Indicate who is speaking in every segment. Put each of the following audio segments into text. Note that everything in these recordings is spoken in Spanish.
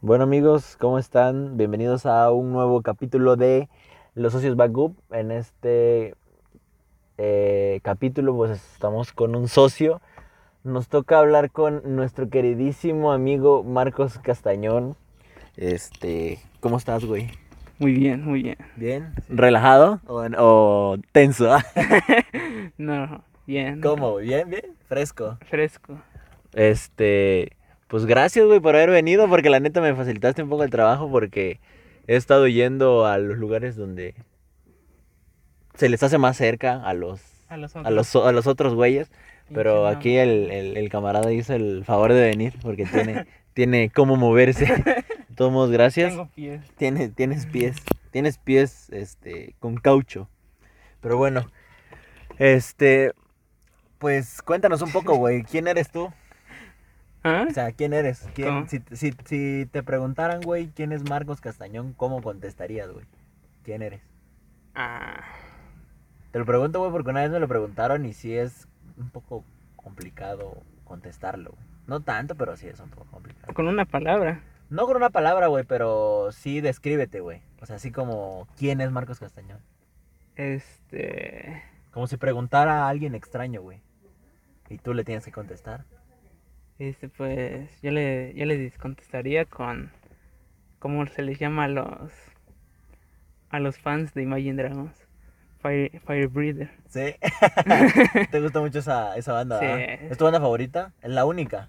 Speaker 1: Bueno amigos, ¿cómo están? Bienvenidos a un nuevo capítulo de Los Socios Backup. En este eh, capítulo pues estamos con un socio. Nos toca hablar con nuestro queridísimo amigo Marcos Castañón. Este, ¿cómo estás, güey?
Speaker 2: Muy bien, muy bien.
Speaker 1: ¿Bien? ¿Relajado o, o tenso?
Speaker 2: No, bien.
Speaker 1: ¿Cómo? ¿Bien? ¿Bien? ¿Fresco?
Speaker 2: Fresco.
Speaker 1: Este, pues gracias, güey, por haber venido, porque la neta me facilitaste un poco el trabajo, porque he estado yendo a los lugares donde se les hace más cerca a los,
Speaker 2: A los
Speaker 1: a los, a los otros güeyes, pero
Speaker 2: Pinche
Speaker 1: aquí el, el- el camarada hizo el favor de venir, porque tiene, tiene cómo moverse. De Todos modos, gracias.
Speaker 2: Tengo pies.
Speaker 1: Tiene- tienes pies, tienes pies, este, con caucho. Pero bueno, este, pues cuéntanos un poco, güey, ¿quién eres tú?
Speaker 2: ¿Ah?
Speaker 1: O sea, ¿quién eres? ¿Quién,
Speaker 2: ¿Cómo?
Speaker 1: si, si, si te preguntaran, güey, quién es Marcos Castañón, ¿cómo contestarías, güey? ¿Quién eres?
Speaker 2: Ah,
Speaker 1: Te lo pregunto, güey, porque una vez me lo preguntaron y sí es un poco complicado contestarlo, güey. No tanto, pero sí es un poco complicado.
Speaker 2: con una palabra.
Speaker 1: No con una palabra, güey, pero sí descríbete, güey. O sea, así como, ¿quién es Marcos Castañón?
Speaker 2: Este.
Speaker 1: Como si preguntara a alguien extraño, güey. Y tú le tienes que contestar.
Speaker 2: Este, pues. Yo le, yo le dis- contestaría con. ¿Cómo se les llama a los. A los fans de Imagine Dragons? Fire, Fire Breather.
Speaker 1: ¿Sí? ¿Te gusta mucho esa, esa banda?
Speaker 2: Sí.
Speaker 1: ¿verdad? ¿Es tu banda favorita? ¿Es la única?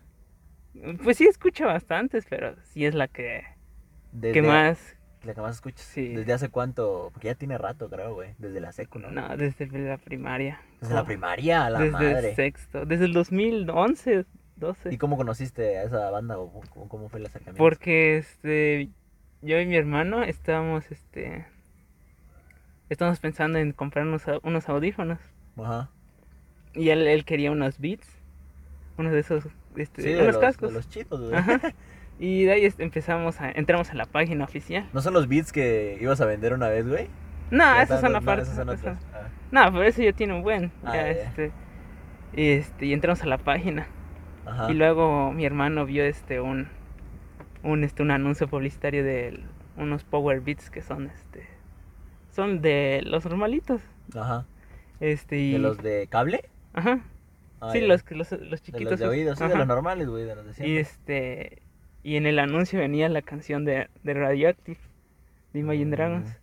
Speaker 2: Pues sí, escucho bastantes, pero sí es la que.
Speaker 1: Desde-
Speaker 2: que más?
Speaker 1: La que más escuchas.
Speaker 2: Sí.
Speaker 1: ¿Desde hace cuánto? Porque ya tiene rato, creo, güey. Desde la secu, ¿no?
Speaker 2: No, desde la primaria.
Speaker 1: Desde la
Speaker 2: Como-
Speaker 1: primaria, a la
Speaker 2: desde
Speaker 1: madre.
Speaker 2: sexto. Desde el 2011, 12.
Speaker 1: ¿Y cómo conociste a esa banda o cómo, cómo fue el acercamiento?
Speaker 2: Porque este yo y mi hermano estábamos este estábamos pensando en comprarnos a- unos audífonos
Speaker 1: Ajá.
Speaker 2: y él, él quería unos beats, unos de esos este,
Speaker 1: Sí, de
Speaker 2: unos
Speaker 1: los,
Speaker 2: cascos.
Speaker 1: de los chitos, güey.
Speaker 2: Ajá. Y de ahí este, empezamos a entramos a la página oficial.
Speaker 1: ¿No son los beats que ibas a vender una vez, güey?
Speaker 2: No,
Speaker 1: Ya
Speaker 2: esos
Speaker 1: están-
Speaker 2: son
Speaker 1: no,
Speaker 2: aparte.
Speaker 1: esos son
Speaker 2: esos
Speaker 1: otros.
Speaker 2: son-
Speaker 1: Ah.
Speaker 2: No, pero eso ya tiene un buen.
Speaker 1: Ah, ya,
Speaker 2: ya,
Speaker 1: ya.
Speaker 2: este, este, y entramos a la página.
Speaker 1: Ajá.
Speaker 2: Y luego mi hermano vio este un un este un anuncio publicitario de unos power beats que son este son de los normalitos.
Speaker 1: Ajá.
Speaker 2: Este y
Speaker 1: ¿De los de cable?
Speaker 2: ajá.
Speaker 1: Ah,
Speaker 2: sí,
Speaker 1: ya.
Speaker 2: los que los, los
Speaker 1: De
Speaker 2: chiquitos.
Speaker 1: los de
Speaker 2: us-
Speaker 1: oídos, sí, de
Speaker 2: ajá.
Speaker 1: los normales, güey, de los de
Speaker 2: Y
Speaker 1: siempre.
Speaker 2: este y en el anuncio venía la canción de, de Radioactive de Imagine
Speaker 1: Mm.
Speaker 2: Dragons.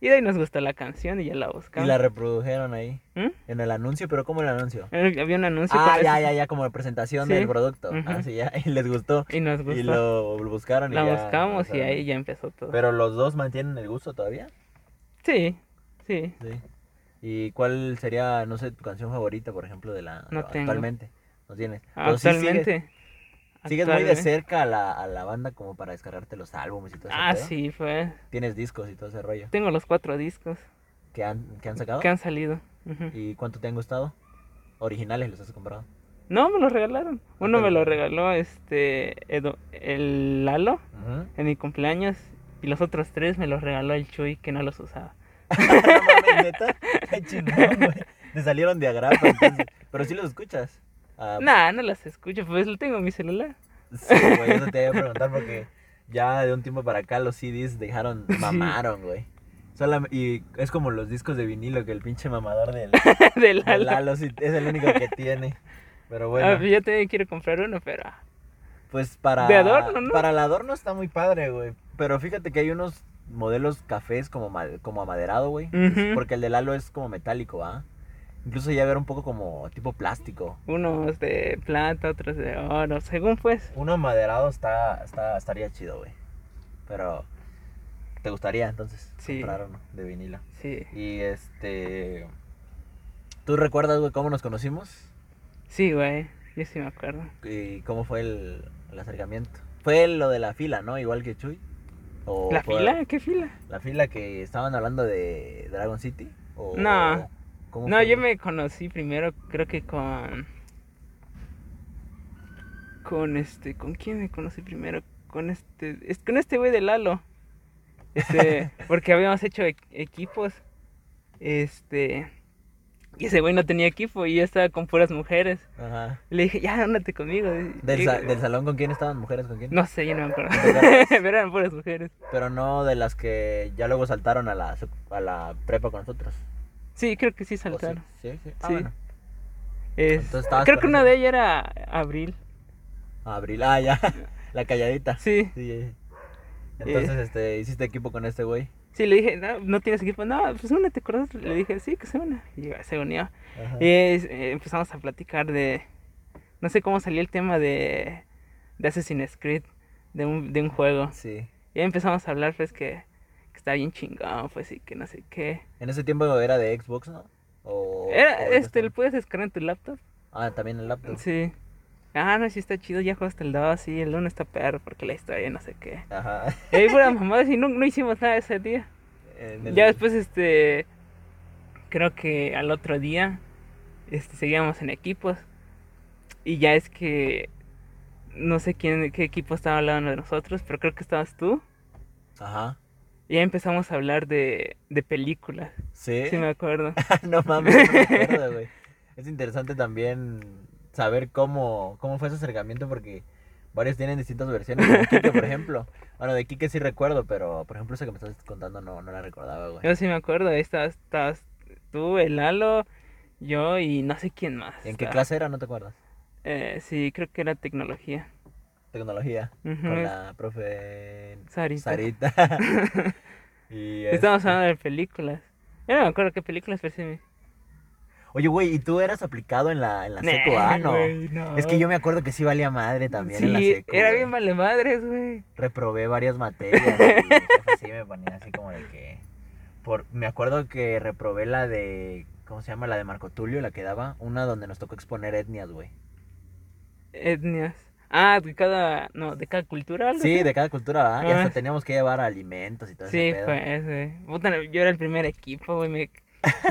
Speaker 2: Y de ahí nos gustó la canción y ya la
Speaker 1: Y
Speaker 2: buscamos.
Speaker 1: la reprodujeron ahí,
Speaker 2: ¿Mm?
Speaker 1: en el anuncio, pero ¿cómo el anuncio?
Speaker 2: Eh, Había un anuncio
Speaker 1: Ah,
Speaker 2: con
Speaker 1: ya,
Speaker 2: eso,
Speaker 1: ya, ya, como presentación
Speaker 2: Sí.
Speaker 1: del producto. Ah,
Speaker 2: Ujú.
Speaker 1: sí, ya, y les gustó.
Speaker 2: y nos gustó.
Speaker 1: Y lo buscaron y
Speaker 2: la
Speaker 1: ya
Speaker 2: buscamos y
Speaker 1: empezaron.
Speaker 2: ahí ya empezó todo.
Speaker 1: Pero los dos mantienen el gusto todavía.
Speaker 2: Sí. Sí.
Speaker 1: Sí. ¿Y cuál sería, no sé, tu canción favorita, por ejemplo, de la
Speaker 2: No tengo.
Speaker 1: actualmente? No tienes. Pero sí sigues,
Speaker 2: Ah, Actualmente.
Speaker 1: sigues muy de
Speaker 2: actualmente.
Speaker 1: cerca a la, a la banda como para descargarte los álbumes y todo eso.
Speaker 2: Ah, sí, fue.
Speaker 1: Tienes discos y todo ese rollo
Speaker 2: Tengo los cuatro discos
Speaker 1: que han, que han sacado.
Speaker 2: que han salido. Ujú.
Speaker 1: ¿Y cuánto te han gustado? Originales los has comprado.
Speaker 2: No, me los regalaron.
Speaker 1: te
Speaker 2: Uno me lo
Speaker 1: los-
Speaker 2: regaló este Edo- el Lalo
Speaker 1: Ujú.
Speaker 2: en mi cumpleaños y los otros tres me los regaló el Chuy que no los usaba.
Speaker 1: Ah, no mames, neta. Qué chingón, güey. Te salieron de agrapa, entonces. Pero sí los escuchas. Ah,
Speaker 2: Nah, no las escucho, pues lo tengo en mi celular.
Speaker 1: Sí, güey, eso te iba a preguntar porque ya de un tiempo para acá los CDs dejaron,
Speaker 2: Sí.
Speaker 1: mamaron, güey. Solam- y es como los discos de vinilo que el pinche mamador del,
Speaker 2: de
Speaker 1: del
Speaker 2: Lalo.
Speaker 1: Lalo sí es el único que tiene. Pero
Speaker 2: Ah,
Speaker 1: bueno,
Speaker 2: pues yo también quiero comprar uno, pero ah,
Speaker 1: pues para,
Speaker 2: de adorno, ¿no?
Speaker 1: para el adorno está muy padre, güey. Pero fíjate que hay unos modelos cafés como, ma- como amaderado, güey.
Speaker 2: Ujú.
Speaker 1: Porque el de Lalo es como metálico, ¿ah? Incluso ya ver un poco como tipo plástico.
Speaker 2: unos de plata, otros de oro, según pues.
Speaker 1: Uno maderado está, está, estaría chido, güey. Pero te gustaría entonces
Speaker 2: Sí.
Speaker 1: comprar uno de vinilo.
Speaker 2: Sí,
Speaker 1: Y este. ¿Tú recuerdas, güey, cómo nos conocimos?
Speaker 2: sí, güey, yo sí me acuerdo.
Speaker 1: ¿Y cómo fue el, el acercamiento? Fue lo de la fila, ¿no? Igual que Chuy. ¿O
Speaker 2: ¿La
Speaker 1: fue
Speaker 2: fila? ¿Qué fila?
Speaker 1: La fila que estaban hablando de Dragon City. ¿O
Speaker 2: No.
Speaker 1: ¿cómo
Speaker 2: No,
Speaker 1: fue,
Speaker 2: yo
Speaker 1: güey?
Speaker 2: me conocí primero, creo que con. Con este. ¿Con quién me conocí primero? Con este. es- con este güey de Lalo. Este. porque habíamos hecho e- equipos. Este. Y ese güey no tenía equipo y yo estaba con puras mujeres.
Speaker 1: Ajá.
Speaker 2: Le dije, ya, ándate conmigo.
Speaker 1: Del,
Speaker 2: Y-
Speaker 1: sa- del salón con quién estaban, mujeres con quién.
Speaker 2: No sé, yo no me acuerdo.
Speaker 1: acuerdas?
Speaker 2: Pero eran puras mujeres.
Speaker 1: Pero no de las que ya luego saltaron a la, sec- a la prepa con nosotros.
Speaker 2: Sí, creo que sí
Speaker 1: ¿O Oh, sí?
Speaker 2: saltaron.
Speaker 1: Sí, sí. Ah,
Speaker 2: Sí.
Speaker 1: bueno.
Speaker 2: Es-
Speaker 1: Entonces estabas
Speaker 2: creo que
Speaker 1: con
Speaker 2: una
Speaker 1: ese-
Speaker 2: de ellas era Abril.
Speaker 1: Abril, ah, ya. la calladita.
Speaker 2: Sí, Eh.
Speaker 1: Sí. Entonces, este, hiciste equipo con este güey.
Speaker 2: sí, le dije, no, no tienes equipo. No, pues únete, ¿acuerdas? Le dije, sí, que se una. Y ya se unió.
Speaker 1: Ajá.
Speaker 2: Y es- eh, empezamos a platicar de. No sé cómo salió el tema de. De Assassin's Creed. De un, de un juego.
Speaker 1: Sí.
Speaker 2: Y ahí empezamos a hablar, pues, que, que está bien chingón, pues, y que no sé qué.
Speaker 1: En ese tiempo era de Xbox, ¿no? O, o de
Speaker 2: Era, este, ¿lo
Speaker 1: PlayStation.
Speaker 2: puedes descargar en tu laptop?
Speaker 1: Ah, también el laptop.
Speaker 2: Sí. Ah, no, sí está chido, ya jugaste el 2, sí, el 1 está perro, porque la historia, no sé qué.
Speaker 1: Ajá.
Speaker 2: Y ahí pura mamada, y no, no hicimos nada ese día.
Speaker 1: En el-
Speaker 2: Ya después, este, creo que al otro día, este, seguíamos en equipos. Y ya es que, no sé quién, qué equipo estaba hablando de nosotros, pero creo que estabas tú.
Speaker 1: Ajá.
Speaker 2: Y ya empezamos a hablar de, de películas,
Speaker 1: Sí.
Speaker 2: sí me acuerdo.
Speaker 1: no mames, no me acuerdo, güey. Es interesante también saber cómo, cómo fue ese acercamiento porque varios tienen distintas versiones. Como Kike, por ejemplo. Bueno, de Kike sí recuerdo, pero por ejemplo esa que me estás contando no, no la recordaba, güey.
Speaker 2: Yo sí me acuerdo, ahí estabas, estabas tú, el Lalo, yo y no sé quién más.
Speaker 1: ¿En qué
Speaker 2: estaba.
Speaker 1: clase era? ¿No te acuerdas?
Speaker 2: Eh, sí, creo que era tecnología.
Speaker 1: Tecnología.
Speaker 2: Ujú.
Speaker 1: Con la profe
Speaker 2: Sarita.
Speaker 1: Sarita. y este-
Speaker 2: Estábamos hablando de películas. Yo no me acuerdo qué películas, pero sí me...
Speaker 1: Oye, güey, ¿y tú eras aplicado en la, en la
Speaker 2: Nah,
Speaker 1: seco? Ah, no.
Speaker 2: güey, no.
Speaker 1: Es que yo me acuerdo que sí valía madre también en la
Speaker 2: Sí,
Speaker 1: seco.
Speaker 2: era
Speaker 1: güey.
Speaker 2: bien vale madres, güey.
Speaker 1: Reprobé varias materias. y mi jefa sí me ponía así como de que. Por, me acuerdo que reprobé la de. ¿Cómo se llama? La de Marco Tulio, la que daba. Una donde nos tocó exponer etnias, güey.
Speaker 2: Etnias. Ah, de cada... No, de cada cultura algo
Speaker 1: Sí,
Speaker 2: así.
Speaker 1: de cada cultura, ¿verdad? Y
Speaker 2: Ah,
Speaker 1: hasta
Speaker 2: sí.
Speaker 1: teníamos que llevar alimentos y todo
Speaker 2: Sí,
Speaker 1: ese pedo.
Speaker 2: fue ese. Puta, yo era el primer equipo, güey. Me,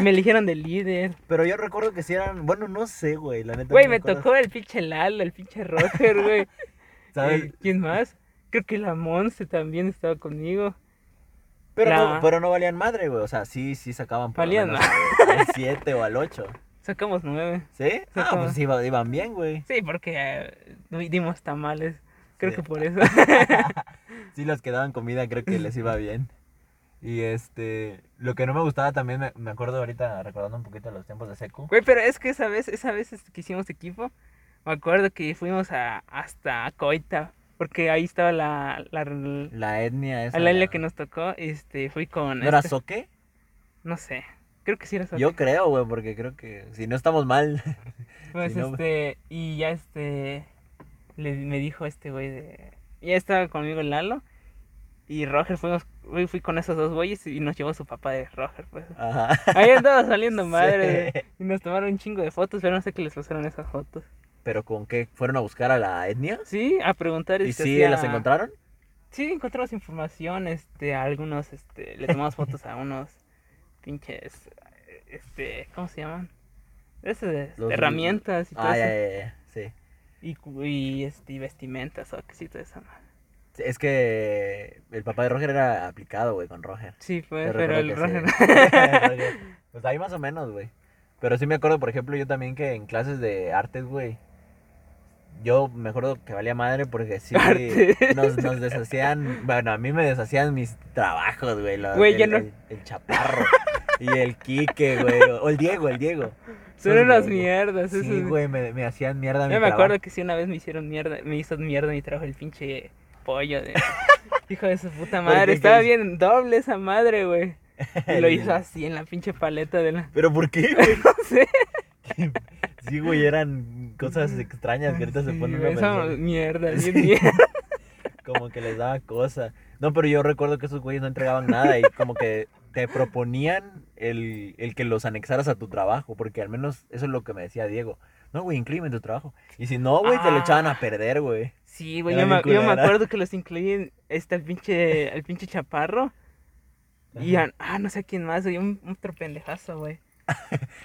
Speaker 2: me eligieron de líder.
Speaker 1: Pero yo recuerdo que sí eran. Bueno, no sé, güey, la neta.
Speaker 2: Güey,
Speaker 1: no
Speaker 2: me
Speaker 1: acuerdo.
Speaker 2: tocó el pinche Lalo, el pinche Roger, güey.
Speaker 1: ¿Sabes?
Speaker 2: Eh, ¿Quién más? Creo que la Monse también estaba conmigo.
Speaker 1: Pero,
Speaker 2: La-
Speaker 1: no, pero no valían madre, güey. O sea, sí, sí sacaban por lo
Speaker 2: Valían
Speaker 1: menos al- al 7 o al 8.
Speaker 2: Sacamos nueve.
Speaker 1: ¿Sí? Ah,
Speaker 2: Sacaban.
Speaker 1: pues sí, iba- iban bien, güey.
Speaker 2: Sí, porque eh, dimos tamales. Creo
Speaker 1: Sí.
Speaker 2: que por eso.
Speaker 1: Sí, los que daban comida creo que les iba bien. Y este, lo que no me gustaba también, me, me acuerdo ahorita recordando un poquito los tiempos de seco.
Speaker 2: Güey, pero es que esa vez, esa vez este, que hicimos equipo, me acuerdo que fuimos a, hasta Coita, porque ahí estaba la, la, la,
Speaker 1: La etnia esa.
Speaker 2: isla que nos tocó. Este, fui con.
Speaker 1: ¿No era
Speaker 2: este-
Speaker 1: soque?
Speaker 2: No sé. Creo que sí era Soca.
Speaker 1: Yo creo, güey, porque creo que si no estamos mal.
Speaker 2: Pues
Speaker 1: Si no-
Speaker 2: este, y ya este, le, me dijo este güey de, ya estaba conmigo Lalo y Roger, fuimos, fui, fui con esos dos güeyes y nos llevó su papá de Roger, pues.
Speaker 1: Ajá.
Speaker 2: Ahí andaba saliendo
Speaker 1: Sí.
Speaker 2: madre y nos tomaron un chingo de fotos, pero no sé qué les pasaron esas fotos.
Speaker 1: ¿Pero con qué? ¿Fueron a buscar a la etnia?
Speaker 2: Sí, a preguntar.
Speaker 1: ¿Y
Speaker 2: este,
Speaker 1: sí
Speaker 2: así a-
Speaker 1: las encontraron?
Speaker 2: Sí, encontramos información, este, a algunos, este, le tomamos fotos a unos pinches, este, ¿cómo se llaman? Ese de este,
Speaker 1: Los-
Speaker 2: herramientas y todo
Speaker 1: Ah,
Speaker 2: eso.
Speaker 1: ya, ya, ya, sí.
Speaker 2: Y, cu- y, este, y vestimentas o que sí, toda esa madre.
Speaker 1: Sí, Es que el papá de Roger era aplicado, güey, con Roger.
Speaker 2: Sí, pues,
Speaker 1: Yo
Speaker 2: pero
Speaker 1: recuerdo
Speaker 2: el
Speaker 1: que sí.
Speaker 2: Roger.
Speaker 1: Roger. Pues ahí más o menos, güey. Pero sí me acuerdo, por ejemplo, yo también que en clases de artes, güey. Yo me acuerdo que valía madre porque sí
Speaker 2: Artes.
Speaker 1: nos, nos deshacían, bueno, a mí me deshacían mis trabajos, güey. lo-
Speaker 2: Güey, ya
Speaker 1: el,
Speaker 2: no-
Speaker 1: el- el chaparro y el Quique, güey. O el Diego, el Diego.
Speaker 2: Son
Speaker 1: Esos
Speaker 2: unas
Speaker 1: güey.
Speaker 2: mierdas, esos.
Speaker 1: Sí, güey, me, me hacían mierda
Speaker 2: Yo
Speaker 1: mi
Speaker 2: me
Speaker 1: trabajo.
Speaker 2: acuerdo que sí, una vez me hicieron mierda, me hizo mierda mi trabajo el pinche pollo. de- Hijo de su puta
Speaker 1: ¿Por qué?
Speaker 2: madre,
Speaker 1: ¿Qué
Speaker 2: estaba
Speaker 1: hizo?
Speaker 2: bien doble esa madre, güey. Y lo
Speaker 1: El-
Speaker 2: hizo así en la pinche paleta de la.
Speaker 1: ¿Pero por qué, güey?
Speaker 2: No sé.
Speaker 1: Sí, güey, eran cosas extrañas que ahorita se
Speaker 2: Ah, Sí,
Speaker 1: ponen
Speaker 2: güey,
Speaker 1: a
Speaker 2: esa
Speaker 1: pensar.
Speaker 2: mierda, bien
Speaker 1: Sí.
Speaker 2: mierda.
Speaker 1: como que les daba cosa. No, pero yo recuerdo que esos güeyes no entregaban nada y como que te proponían el, el que los anexaras a tu trabajo, porque al menos eso es lo que me decía Diego. No, güey, incluyeme en tu trabajo. Y si no, güey,
Speaker 2: Ah.
Speaker 1: te lo echaban a perder, güey.
Speaker 2: Sí, güey,
Speaker 1: Era
Speaker 2: yo me,
Speaker 1: bien
Speaker 2: yo me
Speaker 1: culera.
Speaker 2: acuerdo que los incluyen este, al pinche, al pinche chaparro. Y
Speaker 1: Ajá.
Speaker 2: a- ah, no sé a quién más, güey, un, un otro pendejazo, güey.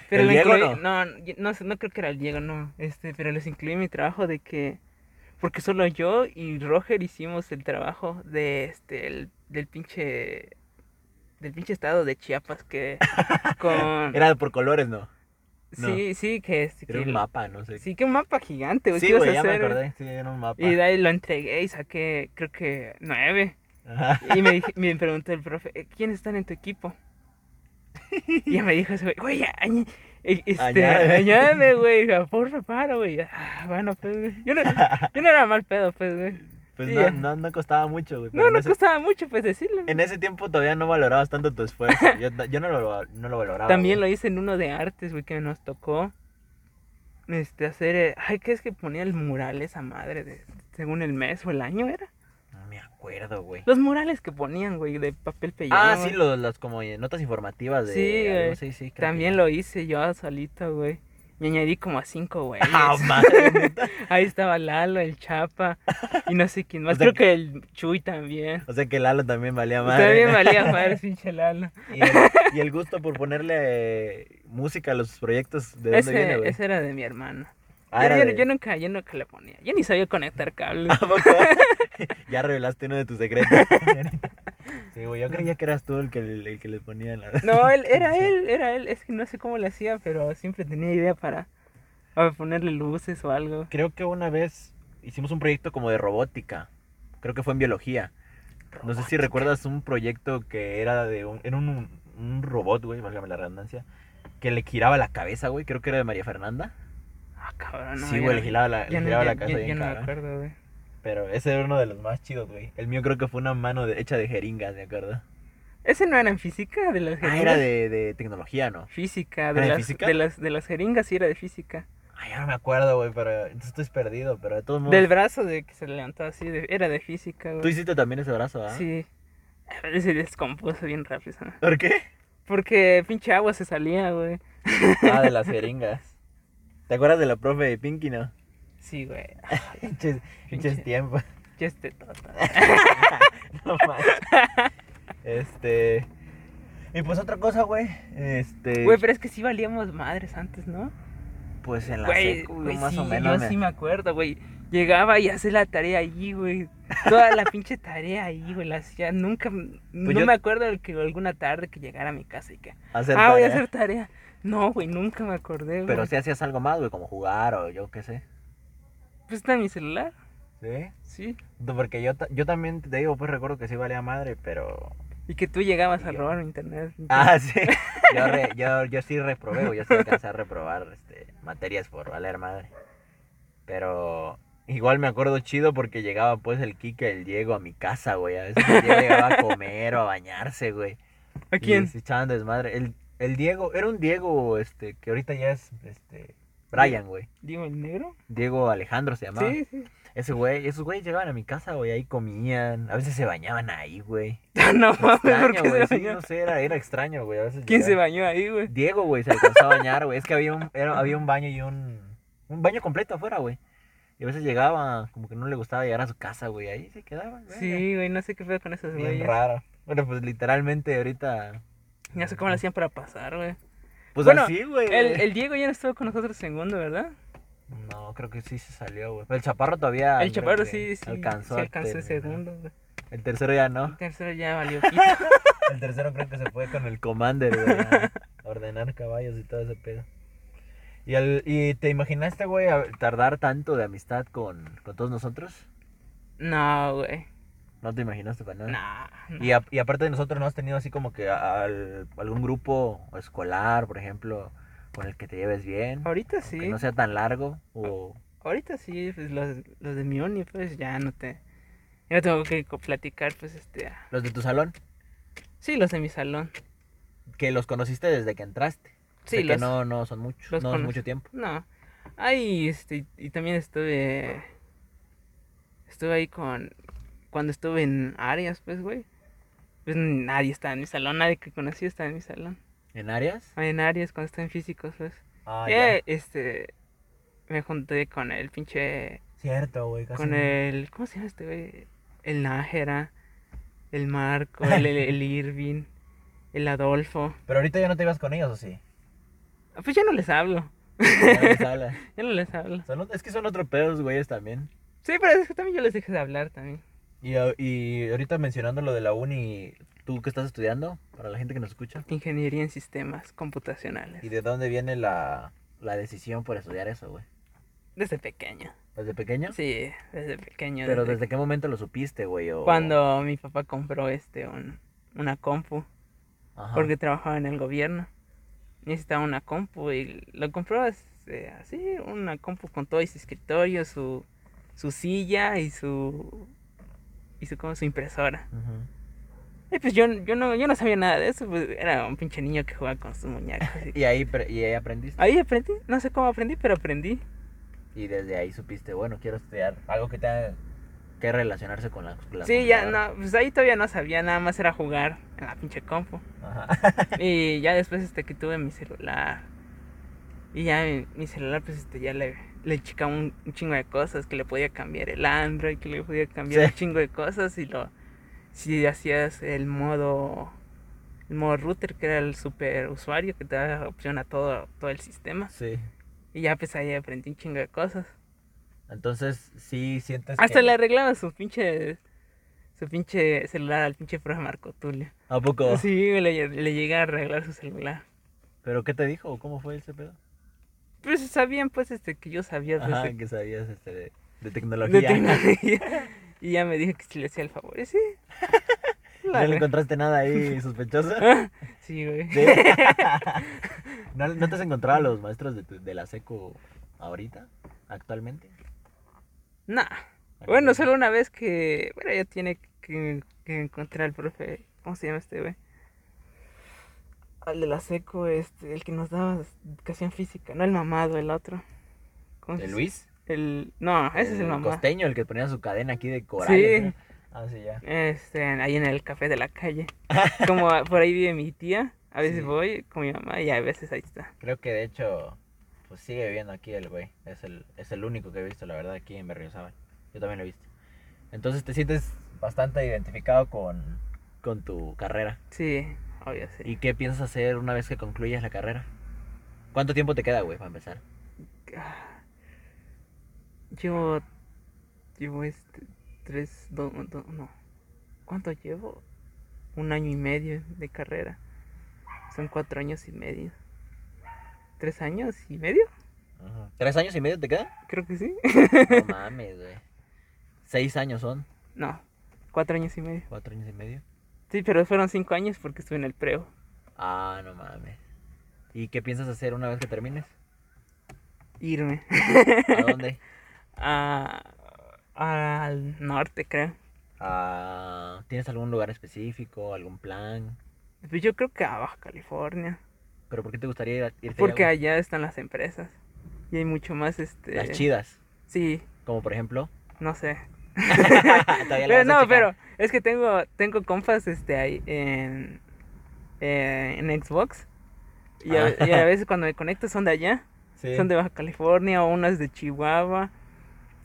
Speaker 2: Pero
Speaker 1: ¿El
Speaker 2: lo
Speaker 1: Diego
Speaker 2: incluí- no? No, sé, no creo que era el Diego, no. Este, pero les incluí mi trabajo de que porque solo yo y Roger hicimos el trabajo de este el- del pinche del pinche estado de Chiapas que con
Speaker 1: Era por colores, ¿no? No.
Speaker 2: Sí, sí, que es.
Speaker 1: Era
Speaker 2: que-
Speaker 1: un mapa, no sé.
Speaker 2: Sí, que un mapa gigante, güey.
Speaker 1: Sí,
Speaker 2: ¿qué ibas
Speaker 1: güey, ya
Speaker 2: a
Speaker 1: me
Speaker 2: hacer?
Speaker 1: acordé. Sí, era un mapa.
Speaker 2: Y de ahí lo entregué y saqué, creo que nueve.
Speaker 1: Ajá.
Speaker 2: Y me, dije- me preguntó el profe, "Eh, ¿quiénes están en tu equipo? Y ya me dijo ese güey, güey, ya, añ- eh, este,
Speaker 1: Añade.
Speaker 2: añade, güey, ya, porfa, para, güey. Ah, bueno, pues, güey. Yo no, yo no era mal pedo, pues, güey.
Speaker 1: Pues
Speaker 2: Sí,
Speaker 1: no,
Speaker 2: ya.
Speaker 1: no, no costaba mucho, güey. pero
Speaker 2: No,
Speaker 1: en
Speaker 2: no
Speaker 1: ese-
Speaker 2: costaba mucho, pues, decirlo.
Speaker 1: En ese tiempo todavía no valorabas tanto tu esfuerzo. Yo, yo no, lo, no lo valoraba.
Speaker 2: También lo
Speaker 1: güey.
Speaker 2: hice en uno de artes, güey, que nos tocó. Este, hacer, eh, ay, ¿qué es que ponía el mural esa madre? De, según el mes o el año era.
Speaker 1: No me acuerdo, güey.
Speaker 2: Los murales que ponían, güey, de papel pellado.
Speaker 1: Ah, sí, los, las como eh, notas informativas de.
Speaker 2: Sí,
Speaker 1: algo,
Speaker 2: güey.
Speaker 1: sí, sí, creo que
Speaker 2: También
Speaker 1: ya.
Speaker 2: lo hice yo solito, güey. Y añadí como a cinco güeyes.
Speaker 1: Ah, madre, neta.
Speaker 2: Ahí estaba Lalo, el Chapa y no sé quién más.
Speaker 1: O sea
Speaker 2: Creo que el Chuy también.
Speaker 1: O sea que Lalo también valía madre.
Speaker 2: También valía madre, pinche Lalo.
Speaker 1: Y el, y el gusto por ponerle eh, música a los proyectos. ¿De dónde
Speaker 2: Ese,
Speaker 1: viene, güey?
Speaker 2: ese era de mi hermano.
Speaker 1: Ah,
Speaker 2: yo,
Speaker 1: era
Speaker 2: yo-
Speaker 1: de- Ah.
Speaker 2: yo nunca, yo nunca le ponía. Yo ni sabía conectar cables.
Speaker 1: ¿A poco? ya revelaste uno de tus secretos. sí, güey, yo creía que eras tú el que, el que le ponía la...
Speaker 2: No, él, era él, era él. Es que no sé cómo le hacía, pero siempre tenía idea para, para ponerle luces o algo.
Speaker 1: Creo que una vez hicimos un proyecto como de robótica. Creo que fue en biología. No sé si recuerdas un proyecto que era de un, era un, un robot, güey, válgame la redundancia, que le giraba la cabeza, güey. Creo que era de María Fernanda.
Speaker 2: Ah, cabrón, no,
Speaker 1: sí,
Speaker 2: yo
Speaker 1: güey, le
Speaker 2: no-
Speaker 1: giraba la, le
Speaker 2: yo no-
Speaker 1: giraba
Speaker 2: yo-
Speaker 1: la cabeza
Speaker 2: yo-
Speaker 1: bien
Speaker 2: yo no me
Speaker 1: cabrón.
Speaker 2: acuerdo, güey.
Speaker 1: Pero ese era uno de los más chidos, güey. El mío creo que fue una mano de- hecha de jeringas, ¿de acuerdo?
Speaker 2: Ese no era en física de las
Speaker 1: Ah, era de, de tecnología, ¿no?
Speaker 2: Física,
Speaker 1: ¿Era
Speaker 2: de
Speaker 1: ¿Ah, de
Speaker 2: las,
Speaker 1: física?
Speaker 2: de las de las jeringas sí era de física.
Speaker 1: Ay, ya no me acuerdo, güey, pero estoy perdido, pero de todos modos...
Speaker 2: Del brazo de que se levantaba así, de- era de física,
Speaker 1: Tú
Speaker 2: güey.
Speaker 1: hiciste también ese brazo, ¿ah?
Speaker 2: Sí. Pero Se descompuso bien rápido. ¿sabes?
Speaker 1: ¿Por qué?
Speaker 2: Porque pinche agua se salía, güey.
Speaker 1: Ah, de las jeringas. ¿Te acuerdas de la profe de Pinky, no?
Speaker 2: Sí, güey.
Speaker 1: Pinches,
Speaker 2: Pinche.
Speaker 1: pinches tiempos.
Speaker 2: Ya este tota.
Speaker 1: No manches. Este... Y pues otra cosa, güey. Este...
Speaker 2: Güey, pero es que sí valíamos madres antes, ¿no?
Speaker 1: pues en la
Speaker 2: Güey,
Speaker 1: secu,
Speaker 2: güey,
Speaker 1: más
Speaker 2: sí,
Speaker 1: o menos.
Speaker 2: Yo
Speaker 1: me-
Speaker 2: sí me acuerdo, güey. Llegaba y hacía la tarea allí, güey. Toda la pinche tarea ahí, güey, la hacía. Nunca, no
Speaker 1: Pues yo-
Speaker 2: me acuerdo de que alguna tarde que llegara a mi casa y que...
Speaker 1: hacer
Speaker 2: ah, voy
Speaker 1: tarea.
Speaker 2: a hacer tarea. No, güey, nunca me acordé, güey.
Speaker 1: Pero si hacías algo más, güey, como jugar o yo qué sé.
Speaker 2: Pues está en mi celular,
Speaker 1: ¿Sí?
Speaker 2: sí.
Speaker 1: Porque yo, ta- yo también te digo, pues recuerdo que sí valía madre, pero...
Speaker 2: Y que tú llegabas a
Speaker 1: Yo-
Speaker 2: robar mi internet.
Speaker 1: Ah, sí. Yo, re- yo, yo sí reprobé, güey. Yo sí alcancé a reprobar este, materias por valer madre. Pero igual me acuerdo chido porque llegaba pues el Kike, el Diego a mi casa, güey. A veces el Diego llegaba a comer o a bañarse, güey.
Speaker 2: ¿A
Speaker 1: Y
Speaker 2: quién?
Speaker 1: se echaban desmadre. El, el Diego, era un Diego, este, que ahorita ya es, este, Brian, güey.
Speaker 2: ¿Digo el negro?
Speaker 1: Diego Alejandro se llamaba.
Speaker 2: Sí, sí.
Speaker 1: Ese güey, esos güeyes llegaban a mi casa, güey. Ahí comían. A veces se bañaban ahí, güey.
Speaker 2: Ah, no mames, ¿por
Speaker 1: Extraño,
Speaker 2: qué se
Speaker 1: güey. Sí,
Speaker 2: bañó?
Speaker 1: no sé, era, era extraño, güey. A veces
Speaker 2: ¿Quién se
Speaker 1: llegaban-
Speaker 2: bañó ahí, güey?
Speaker 1: Diego, güey, se alcanzó a bañar, güey. Es que había un, era- había un baño y un, un baño completo afuera, güey. Y a veces llegaba, como que no le gustaba llegar a su casa, güey. Ahí se quedaba, güey.
Speaker 2: Sí, güey, no sé qué fue con esos
Speaker 1: Bien
Speaker 2: güeyes.
Speaker 1: raro. Bueno, pues literalmente ahorita.
Speaker 2: No sé cómo lo hacían para pasar, güey.
Speaker 1: Pues
Speaker 2: Bueno,
Speaker 1: así, güey.
Speaker 2: El, el Diego ya no estuvo con nosotros segundo, ¿verdad?
Speaker 1: No, creo que sí se salió, güey. Pero el chaparro todavía.
Speaker 2: el
Speaker 1: creo
Speaker 2: chaparro
Speaker 1: que
Speaker 2: sí, sí.
Speaker 1: Ah, Alcanzó.
Speaker 2: sí
Speaker 1: a
Speaker 2: alcanzó el
Speaker 1: terminar.
Speaker 2: segundo, güey.
Speaker 1: El tercero ya
Speaker 2: El
Speaker 1: no.
Speaker 2: tercero ya valió pito.
Speaker 1: El tercero creo que se fue con el commander, güey. a Ordenar caballos y todo ese pedo. ¿Y, al- y te imaginaste, güey, a- tardar tanto de amistad con, con todos nosotros?
Speaker 2: no, güey.
Speaker 1: No te imaginaste para nada.
Speaker 2: No, no.
Speaker 1: Ah. Y, a- y aparte de nosotros, ¿no has tenido así como que a- al- algún grupo escolar, por ejemplo, con el que te lleves bien?
Speaker 2: Ahorita
Speaker 1: Que
Speaker 2: sí.
Speaker 1: no sea tan largo. O...
Speaker 2: Ahorita sí, pues los, los de mi uni, pues ya no te. Ya no tengo que co- platicar, pues este. ah,
Speaker 1: Los de tu salón,
Speaker 2: Sí, los de mi salón.
Speaker 1: que los conociste desde que entraste.
Speaker 2: Sí,
Speaker 1: Sé
Speaker 2: los.
Speaker 1: Que no, no son muchos.
Speaker 2: los
Speaker 1: No es
Speaker 2: conocí.
Speaker 1: mucho tiempo.
Speaker 2: No. Ahí, este, y también estuve. Estuve ahí con. Cuando estuve en Arias, pues, güey. Pues nadie estaba en mi salón, nadie que conocí estaba en mi salón.
Speaker 1: ¿En áreas?
Speaker 2: Ah, En Arias, cuando estaba en físicos, pues.
Speaker 1: Ah,
Speaker 2: Eh, este. Me junté con el pinche.
Speaker 1: Cierto, güey.
Speaker 2: con el. ¿Cómo se llama este güey? El Nájera, el Marco, el, el, el Irving, el Adolfo.
Speaker 1: Pero ahorita ya no te ibas con ellos, ¿o sí?
Speaker 2: Ah, Pues ya no les hablo,
Speaker 1: Ya no les hablas.
Speaker 2: ya no les hablo.
Speaker 1: Son ot- es que son otros pedos, güeyes, también.
Speaker 2: Sí, pero es que también yo les dejé de hablar también.
Speaker 1: Y, a- y ahorita mencionando lo de la uni, ¿Tú qué estás estudiando? Para la gente que nos escucha.
Speaker 2: Ingeniería en sistemas computacionales.
Speaker 1: ¿Y de dónde viene la, la decisión por estudiar eso, güey?
Speaker 2: Desde pequeño.
Speaker 1: ¿Desde pequeño?
Speaker 2: Sí, desde pequeño.
Speaker 1: Pero
Speaker 2: desde-
Speaker 1: ¿desde qué momento lo supiste, güey? O-
Speaker 2: Cuando mi papá compró este un- una compu,
Speaker 1: Ajá.
Speaker 2: porque trabajaba en el gobierno. Necesitaba una compu y lo compró este, así, una compu con todo y su escritorio, su, su silla y su y su, ¿cómo? su impresora.
Speaker 1: Ujú.
Speaker 2: Y pues yo, yo, no, yo no sabía nada de eso, pues era un pinche niño que jugaba con sus muñecos. y-
Speaker 1: Y ahí, pre- y ahí aprendiste.
Speaker 2: Ahí aprendí, no sé cómo aprendí, pero aprendí.
Speaker 1: Y desde ahí supiste, bueno, quiero estudiar algo que tenga que relacionarse con las clases.
Speaker 2: Sí, ya no, pues ahí todavía no sabía, nada más era jugar en la pinche compu. Y ya después este que tuve mi celular. Y ya mi, mi celular pues este ya le, le chicaba un, un chingo de cosas, que le podía cambiar el Android, que le podía cambiar
Speaker 1: Sí.
Speaker 2: un chingo de cosas y lo si hacías el modo el modo router que era el super usuario que te da opción a todo todo el sistema
Speaker 1: Sí.
Speaker 2: y ya pues ahí aprendí un chingo de cosas.
Speaker 1: Entonces, sí sientes
Speaker 2: Hasta
Speaker 1: que...
Speaker 2: le arreglaba su pinche su pinche celular al pinche profe Marco Tulio.
Speaker 1: ¿A poco?
Speaker 2: Sí, le, le llegué a arreglar su celular.
Speaker 1: ¿Pero qué te dijo? o ¿Cómo fue ese pedo?
Speaker 2: Pues sabían pues este que yo sabía pues,
Speaker 1: Ajá,
Speaker 2: de,
Speaker 1: que sabías este, de, de
Speaker 2: de
Speaker 1: tecnología.
Speaker 2: tecnología. Y ya me dijo que si le hacía el favor. Y sí.
Speaker 1: ¿No
Speaker 2: La
Speaker 1: le
Speaker 2: re-
Speaker 1: encontraste nada ahí sospechoso?
Speaker 2: sí, güey.
Speaker 1: Sí. ¿No, no te has encontrado a los maestros de, tu- de la seco ahorita? ¿Actualmente?
Speaker 2: Nah. Bueno, solo una vez que. Bueno, ya tiene que, que encontrar al profe. ¿Cómo se llama este, güey? Al de la seco, este, el que nos daba educación física, no el mamado, el otro. ¿Cómo
Speaker 1: ¿De
Speaker 2: se-
Speaker 1: Luis?
Speaker 2: El, no, Ah, ese es el mamado.
Speaker 1: costeño, el que ponía su cadena aquí de coral.
Speaker 2: Sí.
Speaker 1: ¿no? Ah, sí, ya.
Speaker 2: Este, ahí en el café de la calle. Como a- por ahí vive mi tía, a veces
Speaker 1: Sí.
Speaker 2: voy con mi mamá y a veces ahí está.
Speaker 1: Creo que de hecho, pues sigue viviendo aquí el güey. Es el, es el único que he visto, la verdad, aquí en Berriozábal. Yo también lo he visto. Entonces te sientes bastante identificado con, con tu carrera.
Speaker 2: Sí, obvio, sí.
Speaker 1: ¿Y qué piensas hacer una vez que concluyas la carrera? ¿Cuánto tiempo te queda, güey, para empezar?
Speaker 2: Ah. Llevo. Llevo este. Tres. do- do- no. ¿Cuánto llevo? Un año y medio de carrera. Son cuatro años y medio. ¿Tres años y medio?
Speaker 1: ¿Tres años y medio te queda?
Speaker 2: Creo que sí.
Speaker 1: No mames, güey. Seis años son,
Speaker 2: No, cuatro años y medio.
Speaker 1: cuatro años y medio.
Speaker 2: Sí, pero fueron cinco años porque estuve en el preo.
Speaker 1: Ah, no mames. ¿Y qué piensas hacer una vez que termines?
Speaker 2: Irme.
Speaker 1: ¿A dónde?
Speaker 2: a- al norte, creo.
Speaker 1: Ah, ¿Tienes algún lugar específico, algún plan?
Speaker 2: Pues yo creo que a Baja California.
Speaker 1: ¿Pero por qué te gustaría ir a- irte allá,
Speaker 2: Porque
Speaker 1: güey?
Speaker 2: allá están las empresas. Y hay mucho más este.
Speaker 1: Las chidas,
Speaker 2: Sí,
Speaker 1: como por ejemplo.
Speaker 2: no sé.
Speaker 1: Todavía la
Speaker 2: Pero
Speaker 1: vas a
Speaker 2: no,
Speaker 1: checar.
Speaker 2: pero es que tengo, tengo compas este ahí en, eh, en Xbox. Y a,
Speaker 1: Ah.
Speaker 2: y a veces cuando me conecto son de allá,
Speaker 1: Sí.
Speaker 2: son de Baja California, o unas de Chihuahua,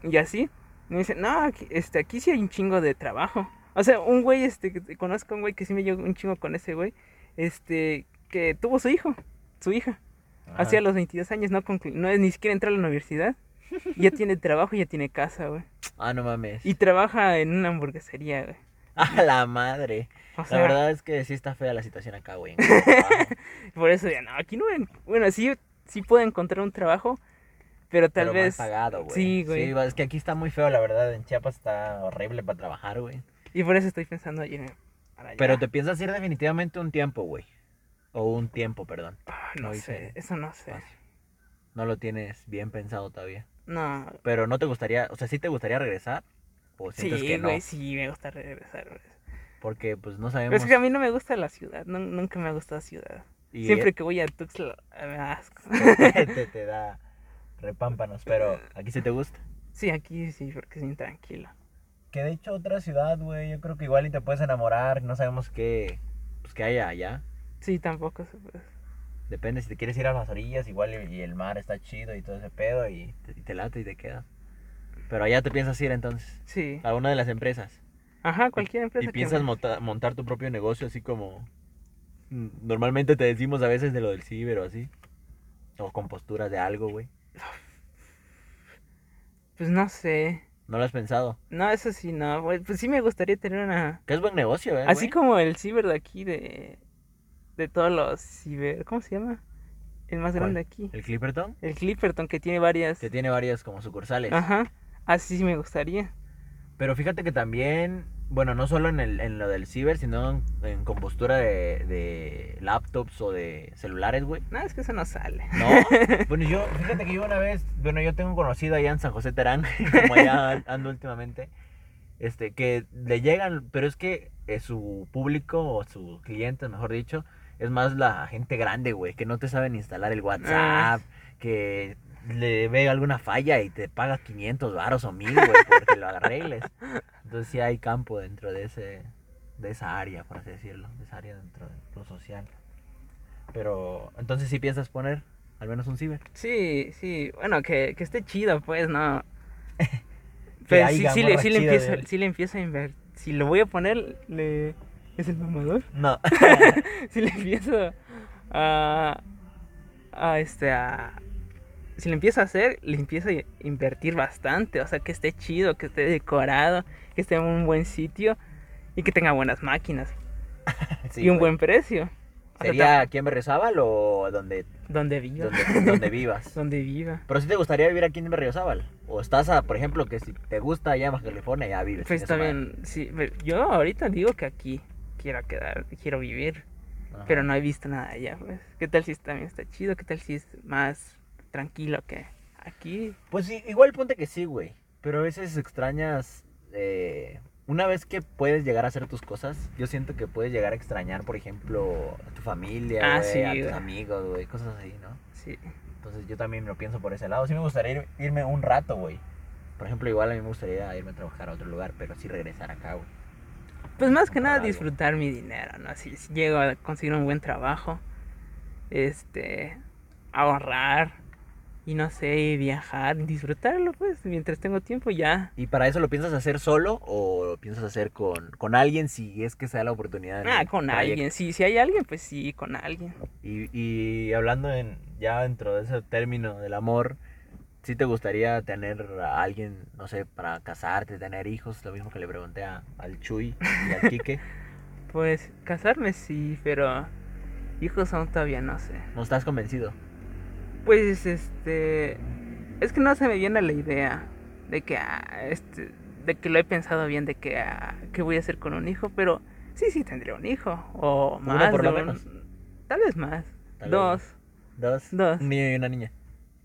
Speaker 2: y así. Y me dicen, no, aquí, este, aquí sí hay un chingo de trabajo. O sea, un güey, este, que te- conozco a un güey que sí me llevo un chingo con ese güey, este, que tuvo su hijo, su hija,
Speaker 1: Ajá.
Speaker 2: hacia los 22 años, no, conclu- no es ni siquiera entró a la universidad, ya tiene trabajo, ya tiene casa, güey.
Speaker 1: Ah, no mames.
Speaker 2: Y trabaja en una hamburguesería, güey.
Speaker 1: A la madre.
Speaker 2: O
Speaker 1: La
Speaker 2: sea,
Speaker 1: verdad es que sí está fea la situación acá, güey. en cuanto a trabajo.
Speaker 2: por eso ya no, aquí no. en- Bueno, sí, sí puedo encontrar un trabajo, pero tal
Speaker 1: Pero mal
Speaker 2: vez.
Speaker 1: pagado, güey.
Speaker 2: Sí, güey.
Speaker 1: Sí, va- es que aquí está muy feo, la verdad. En Chiapas está horrible para trabajar, güey.
Speaker 2: Y por eso estoy pensando irme para allá.
Speaker 1: Pero te piensas ir definitivamente un tiempo, güey. O un tiempo, perdón.
Speaker 2: Ah, no
Speaker 1: no
Speaker 2: sé,
Speaker 1: hice
Speaker 2: eso no sé.
Speaker 1: espacio. No lo tienes bien pensado todavía.
Speaker 2: No.
Speaker 1: Pero no te gustaría, o sea, sí te gustaría regresar. O sientes
Speaker 2: Sí,
Speaker 1: que no.
Speaker 2: güey, sí, me gusta regresar. güey.
Speaker 1: Porque pues no
Speaker 2: Pero
Speaker 1: sabemos.
Speaker 2: es que a mí no me gusta la ciudad, nun- nunca me ha gustado la ciudad.
Speaker 1: y
Speaker 2: Siempre que voy a Tuxtla, eh, me da asco.
Speaker 1: te, te- te da repámpanos, pero aquí sí te gusta.
Speaker 2: Sí, aquí sí, porque es bien tranquilo.
Speaker 1: Que de hecho otra ciudad, güey, yo creo que igual y te puedes enamorar, no sabemos qué, pues qué haya allá.
Speaker 2: Sí, tampoco se puede.
Speaker 1: Depende, si te quieres ir a las orillas, igual y, y el mar está chido y todo ese pedo y te, y te late y te queda. Pero allá te piensas ir entonces,
Speaker 2: Sí.
Speaker 1: a una de las empresas.
Speaker 2: Ajá, cualquier
Speaker 1: Ah,
Speaker 2: empresa.
Speaker 1: Y
Speaker 2: que
Speaker 1: piensas
Speaker 2: me-
Speaker 1: monta- montar tu propio negocio así como mm, normalmente te decimos a veces de lo del ciber o así. O con posturas de algo, güey.
Speaker 2: Pues no sé.
Speaker 1: No lo has pensado.
Speaker 2: No, eso sí, no. Pues pues sí me gustaría tener una...
Speaker 1: Que es buen negocio, ¿eh?
Speaker 2: Así
Speaker 1: güey?
Speaker 2: como el ciber de aquí, de, de todos los ciber... ¿Cómo se llama? El más
Speaker 1: ¿Cuál?
Speaker 2: grande aquí.
Speaker 1: El Clipperton,
Speaker 2: El Clipperton, que tiene varias...
Speaker 1: que tiene varias como sucursales.
Speaker 2: Ajá. Así sí me gustaría.
Speaker 1: Pero fíjate que también, bueno, no solo en, el- en lo del ciber, sino en, en compostura de, de laptops o de celulares, güey.
Speaker 2: No, es que eso no sale.
Speaker 1: No, bueno, yo, fíjate que yo una vez, bueno, yo tengo un conocido allá en San José Terán, como allá ando últimamente, este, que le llegan, pero es que eh, su público o sus clientes, mejor dicho, es más la gente grande, güey, que no te saben instalar el
Speaker 2: Ah.
Speaker 1: WhatsApp, que le ve alguna falla y te paga 500 varos o 1000, güey, porque lo arregles. Entonces sí hay campo dentro de ese de esa área, por así decirlo, de esa área dentro de lo social. Pero entonces sí piensas poner al menos un ciber.
Speaker 2: Sí, sí. Bueno, que, que esté chido, pues, no.
Speaker 1: Que
Speaker 2: Pero sí,
Speaker 1: haya
Speaker 2: sí, le,
Speaker 1: morras
Speaker 2: sí, le
Speaker 1: chidas,
Speaker 2: empiezo,
Speaker 1: güey.
Speaker 2: sí le empiezo a invertir. Si lo voy a poner, le... ¿Es el mamador?
Speaker 1: No.
Speaker 2: si le empiezo a, a este a si le empiezo a hacer le empiezo a invertir bastante o sea que esté chido que esté decorado que esté en un buen sitio y que tenga buenas máquinas
Speaker 1: Sí,
Speaker 2: y un
Speaker 1: güey.
Speaker 2: buen precio O sea,
Speaker 1: ¿Sería aquí en Berriozábal o donde,
Speaker 2: tam- donde viva
Speaker 1: donde, donde vivas?
Speaker 2: donde viva
Speaker 1: Pero si te gustaría vivir aquí en Berriozábal. O estás, a, por ejemplo, que si te gusta allá en Baja California, ya vives.
Speaker 2: pues
Speaker 1: chinga su madre.
Speaker 2: también sí pero yo ahorita digo que aquí quiero quedar quiero vivir
Speaker 1: Ajá.
Speaker 2: pero no he visto nada allá pues qué tal si también está chido qué tal si es más tranquilo que aquí
Speaker 1: Pues sí, igual ponte que sí, güey. Pero a veces extrañas. eh, una vez que puedes llegar a hacer tus cosas, yo siento que puedes llegar a extrañar, por ejemplo, a tu familia,
Speaker 2: Ah,
Speaker 1: güey,
Speaker 2: sí,
Speaker 1: a tus
Speaker 2: güey.
Speaker 1: amigos, güey, cosas así, ¿no?
Speaker 2: sí
Speaker 1: Entonces yo también lo pienso por ese lado. Sí me gustaría ir- irme un rato, güey. Por ejemplo, igual a mí me gustaría irme a trabajar a otro lugar, pero sí regresar acá, güey.
Speaker 2: Pues más que
Speaker 1: comprar
Speaker 2: nada
Speaker 1: algo.
Speaker 2: disfrutar mi dinero, ¿no? Si, si llego a conseguir un buen trabajo, este, ahorrar y no sé, viajar, disfrutarlo, pues, mientras tengo tiempo ya.
Speaker 1: ¿Y para eso lo piensas hacer solo o lo piensas hacer con, con alguien si es que sea la oportunidad? en
Speaker 2: Ah,
Speaker 1: el
Speaker 2: con
Speaker 1: trayecto?
Speaker 2: alguien, sí, si hay alguien, pues sí, con alguien.
Speaker 1: Y, y hablando en, ya dentro de ese término del amor, ¿sí te gustaría tener a alguien, no sé, para casarte, tener hijos? Lo mismo que le pregunté a- al Chuy y al Quique.
Speaker 2: Pues casarme sí, pero hijos aún todavía no sé.
Speaker 1: ¿No estás convencido?
Speaker 2: Pues este, es que no se me viene la idea de que, ah, este, de que lo he pensado bien, de que, ah, que voy a hacer con un hijo, pero sí, sí tendré un hijo, o
Speaker 1: Uno
Speaker 2: más.
Speaker 1: por lo
Speaker 2: de un-
Speaker 1: menos.
Speaker 2: Tal vez más.
Speaker 1: Tal vez
Speaker 2: Dos.
Speaker 1: ¿Dos?
Speaker 2: Dos.
Speaker 1: Un niño y una niña.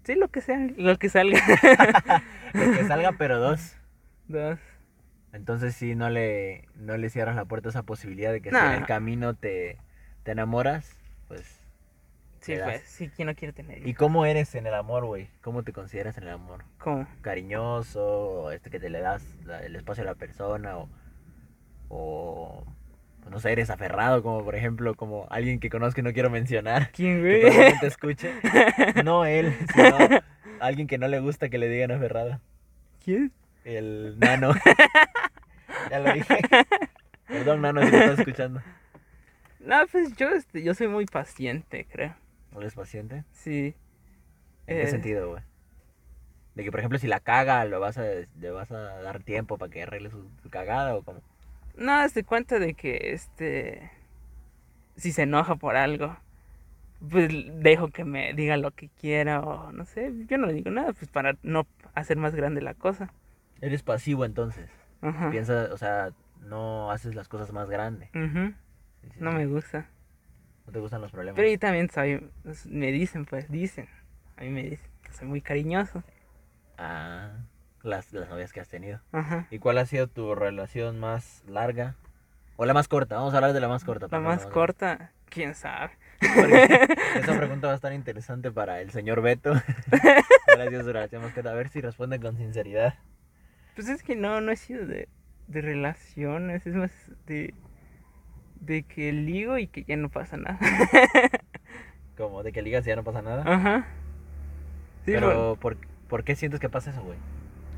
Speaker 2: Sí, lo que sea, lo que salga.
Speaker 1: Lo que salga, pero dos.
Speaker 2: dos.
Speaker 1: Entonces sí, no le, no le cierras la puerta a esa posibilidad de que si
Speaker 2: No.
Speaker 1: en el camino te, te enamoras, pues...
Speaker 2: Sí,
Speaker 1: Le das.
Speaker 2: pues, sí, quien no quiere tener
Speaker 1: ¿Y
Speaker 2: hijos.
Speaker 1: cómo eres en el amor, güey? ¿Cómo te consideras en el amor?
Speaker 2: ¿Cómo?
Speaker 1: cariñoso, este que te le das la- el espacio a la persona o, o pues, no sé, eres aferrado, como por ejemplo, como alguien que conozco y no quiero mencionar,
Speaker 2: ¿Quién,
Speaker 1: que
Speaker 2: güey?
Speaker 1: probablemente escuche, no él, sino alguien que no le gusta que le digan aferrado,
Speaker 2: ¿Quién?
Speaker 1: el nano. ya lo dije. Perdón, nano, si lo estás escuchando.
Speaker 2: No, pues yo, este, yo soy muy paciente, creo.
Speaker 1: ¿No eres paciente?
Speaker 2: Sí.
Speaker 1: ¿En qué
Speaker 2: Eh.
Speaker 1: sentido, güey? De que, por ejemplo, si la caga, lo vas a, le vas a dar tiempo para que arregle su, su cagada o como...
Speaker 2: No, se cuenta de que, este, si se enoja por algo, pues dejo que me diga lo que quiera o no sé, yo no le digo nada, pues para no hacer más grande la cosa.
Speaker 1: Eres pasivo entonces.
Speaker 2: Ajá.
Speaker 1: Piensa, o sea, no haces las cosas más grandes.
Speaker 2: Ujú, No me gusta.
Speaker 1: No te gustan los problemas.
Speaker 2: Pero yo también soy, me dicen, pues, dicen, a mí me dicen que soy muy cariñoso.
Speaker 1: Ah, las, las novias que has tenido.
Speaker 2: Ajá.
Speaker 1: ¿Y cuál ha sido tu relación más larga? O la más corta, vamos a hablar de la más corta.
Speaker 2: La
Speaker 1: primero,
Speaker 2: más
Speaker 1: vamos a-
Speaker 2: corta, quién sabe.
Speaker 1: Porque esa pregunta va a estar interesante para el señor Beto. Gracias, relación más corta. A ver si responde con sinceridad.
Speaker 2: Pues es que no, no he sido de, de relaciones, es más de, de que ligo y que ya no pasa nada.
Speaker 1: Como de que ligas y ya no pasa nada.
Speaker 2: Ajá. Ah, Sí, por-
Speaker 1: Pero, ¿por, ¿por qué sientes que pasa eso, güey?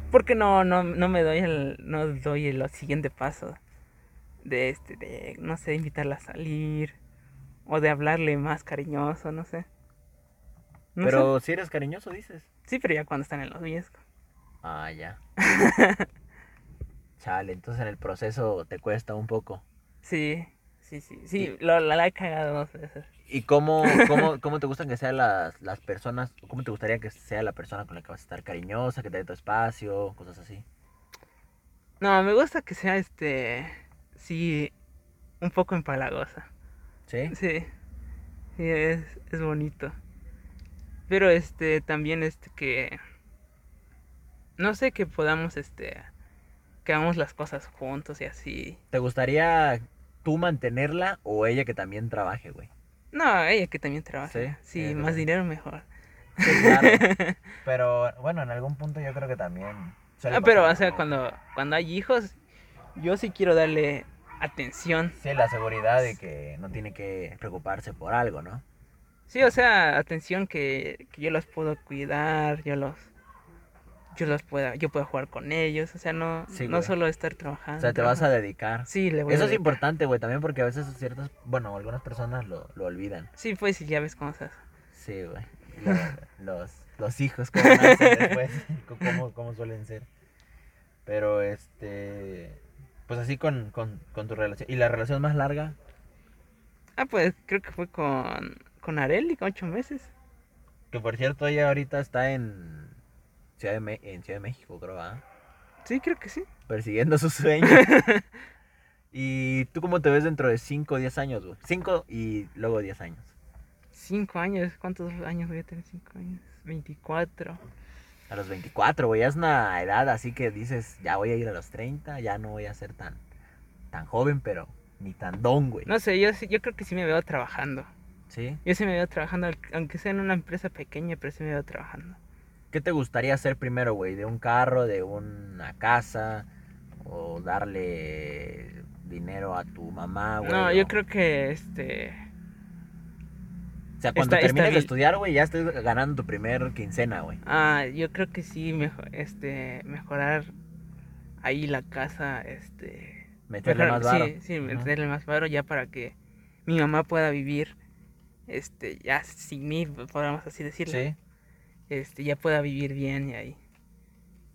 Speaker 2: porque no, no, no me doy el, no doy el siguiente paso de este, de, no sé, invitarla a salir o de hablarle más cariñoso, no sé. No
Speaker 1: Pero si eres cariñoso, dices.
Speaker 2: sé. Sí, pero ya cuando están en los viejos.
Speaker 1: Ah, ya. Chale, entonces en el proceso te cuesta un poco.
Speaker 2: Sí, sí, sí. Sí, lo- la, la he cagado dos veces.
Speaker 1: ¿Y cómo, cómo, cómo te gustan que sean las, las personas? ¿Cómo te gustaría que sea la persona con la que vas a estar cariñosa, que te dé tu espacio, cosas así?
Speaker 2: No, me gusta que sea este. Sí, un poco empalagosa.
Speaker 1: ¿Sí?
Speaker 2: Sí. Sí, es, es bonito. Pero este, también este que. No sé que podamos este. Que hagamos las cosas juntos y así.
Speaker 1: ¿Te gustaría tú mantenerla o ella que también trabaje, güey?
Speaker 2: No, ella que también trabaja.
Speaker 1: Sí,
Speaker 2: Sí,
Speaker 1: ella
Speaker 2: más
Speaker 1: también.
Speaker 2: dinero mejor.
Speaker 1: Sí, claro. Pero bueno, en algún punto yo creo que también. suele
Speaker 2: Ah, pero,
Speaker 1: pasar,
Speaker 2: o sea,
Speaker 1: ¿no?
Speaker 2: cuando, cuando hay hijos, yo sí quiero darle atención.
Speaker 1: Sí, la seguridad de que no tiene que preocuparse por algo, ¿no?
Speaker 2: Sí, o sea, atención que, que yo los puedo cuidar, yo los yo los pueda, yo puedo jugar con ellos, o sea, no
Speaker 1: Sí,
Speaker 2: no
Speaker 1: güey.
Speaker 2: solo estar trabajando.
Speaker 1: O sea, te vas a dedicar.
Speaker 2: Ah, Sí, le voy
Speaker 1: Eso
Speaker 2: a
Speaker 1: es
Speaker 2: dedicar.
Speaker 1: importante, güey, también porque a veces ciertas, bueno, algunas personas lo, lo olvidan.
Speaker 2: Sí, pues sí, ya ves cómo se hace.
Speaker 1: Sí, güey. Lo- los, los hijos, cómo nacen después, c- cómo, cómo suelen ser. Pero, este, pues así con, con, con tu relación. ¿Y la relación más larga?
Speaker 2: Ah, pues creo que fue con con Areli, con ocho meses.
Speaker 1: Que por cierto, ella ahorita está en Ciudad de, Me- en Ciudad de México, creo, ¿ah?
Speaker 2: Sí, creo que sí.
Speaker 1: Persiguiendo sus sueños. ¿Y tú cómo te ves dentro de 5 o 10 años, güey? 5 y luego 10 años.
Speaker 2: Cinco años, ¿cuántos años voy a tener? Cinco años, veinticuatro.
Speaker 1: A los 24, güey, ya es una edad así que dices, ya voy a ir a los 30, ya no voy a ser tan, tan joven, pero ni tan don, güey.
Speaker 2: No sé, yo sí- yo creo que sí me veo trabajando.
Speaker 1: ¿Sí?
Speaker 2: Yo sí me veo trabajando, al- aunque sea en una empresa pequeña, pero sí me veo trabajando.
Speaker 1: ¿Qué te gustaría hacer primero, güey? ¿De un carro, de una casa? ¿O darle dinero a tu mamá, güey?
Speaker 2: no,
Speaker 1: o-
Speaker 2: yo creo que este
Speaker 1: O sea, cuando
Speaker 2: Está-
Speaker 1: termines de
Speaker 2: estabil-
Speaker 1: estudiar, güey, ya estás ganando tu primer quincena, güey.
Speaker 2: Ah, yo creo que sí, mejo- este, mejorar ahí la casa, este,
Speaker 1: Meterle
Speaker 2: mejorar-
Speaker 1: pues, más varo.
Speaker 2: sí, sí,
Speaker 1: Ajá.
Speaker 2: meterle más varo ya para que mi mamá pueda vivir, este, ya sin mí, podríamos así decirlo,
Speaker 1: Sí.
Speaker 2: este, ya pueda vivir bien y ahí.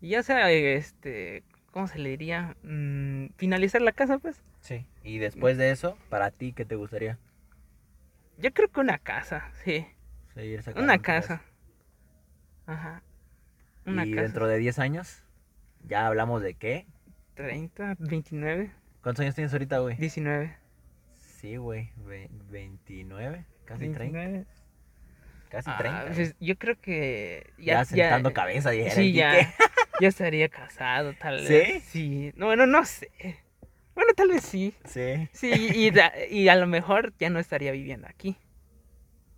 Speaker 2: Y ya sea, este, ¿cómo se le diría? Mm, finalizar la casa, pues.
Speaker 1: Sí. Y después de eso, para ti, ¿qué te gustaría?
Speaker 2: Yo creo que una casa, sí,
Speaker 1: Seguir sacando Pues,
Speaker 2: una
Speaker 1: tu
Speaker 2: casa. Ajá. Una
Speaker 1: y
Speaker 2: casa.
Speaker 1: dentro de 10 años, ya hablamos de qué.
Speaker 2: 30, 29,
Speaker 1: ¿Cuántos años tienes ahorita, güey?
Speaker 2: 19.
Speaker 1: Sí, güey. ve- 29, casi 30.
Speaker 2: 29.
Speaker 1: Casi
Speaker 2: Ah,
Speaker 1: 30. güey.
Speaker 2: pues, yo creo que
Speaker 1: ya, sentando cabeza, dijera
Speaker 2: Sí,
Speaker 1: el
Speaker 2: ya,
Speaker 1: Quique.
Speaker 2: ya estaría casado, tal
Speaker 1: ¿Sí?
Speaker 2: vez. Sí. No, bueno, no sé. Bueno, tal vez sí.
Speaker 1: Sí.
Speaker 2: Sí, y, da- y a lo mejor ya no estaría viviendo aquí.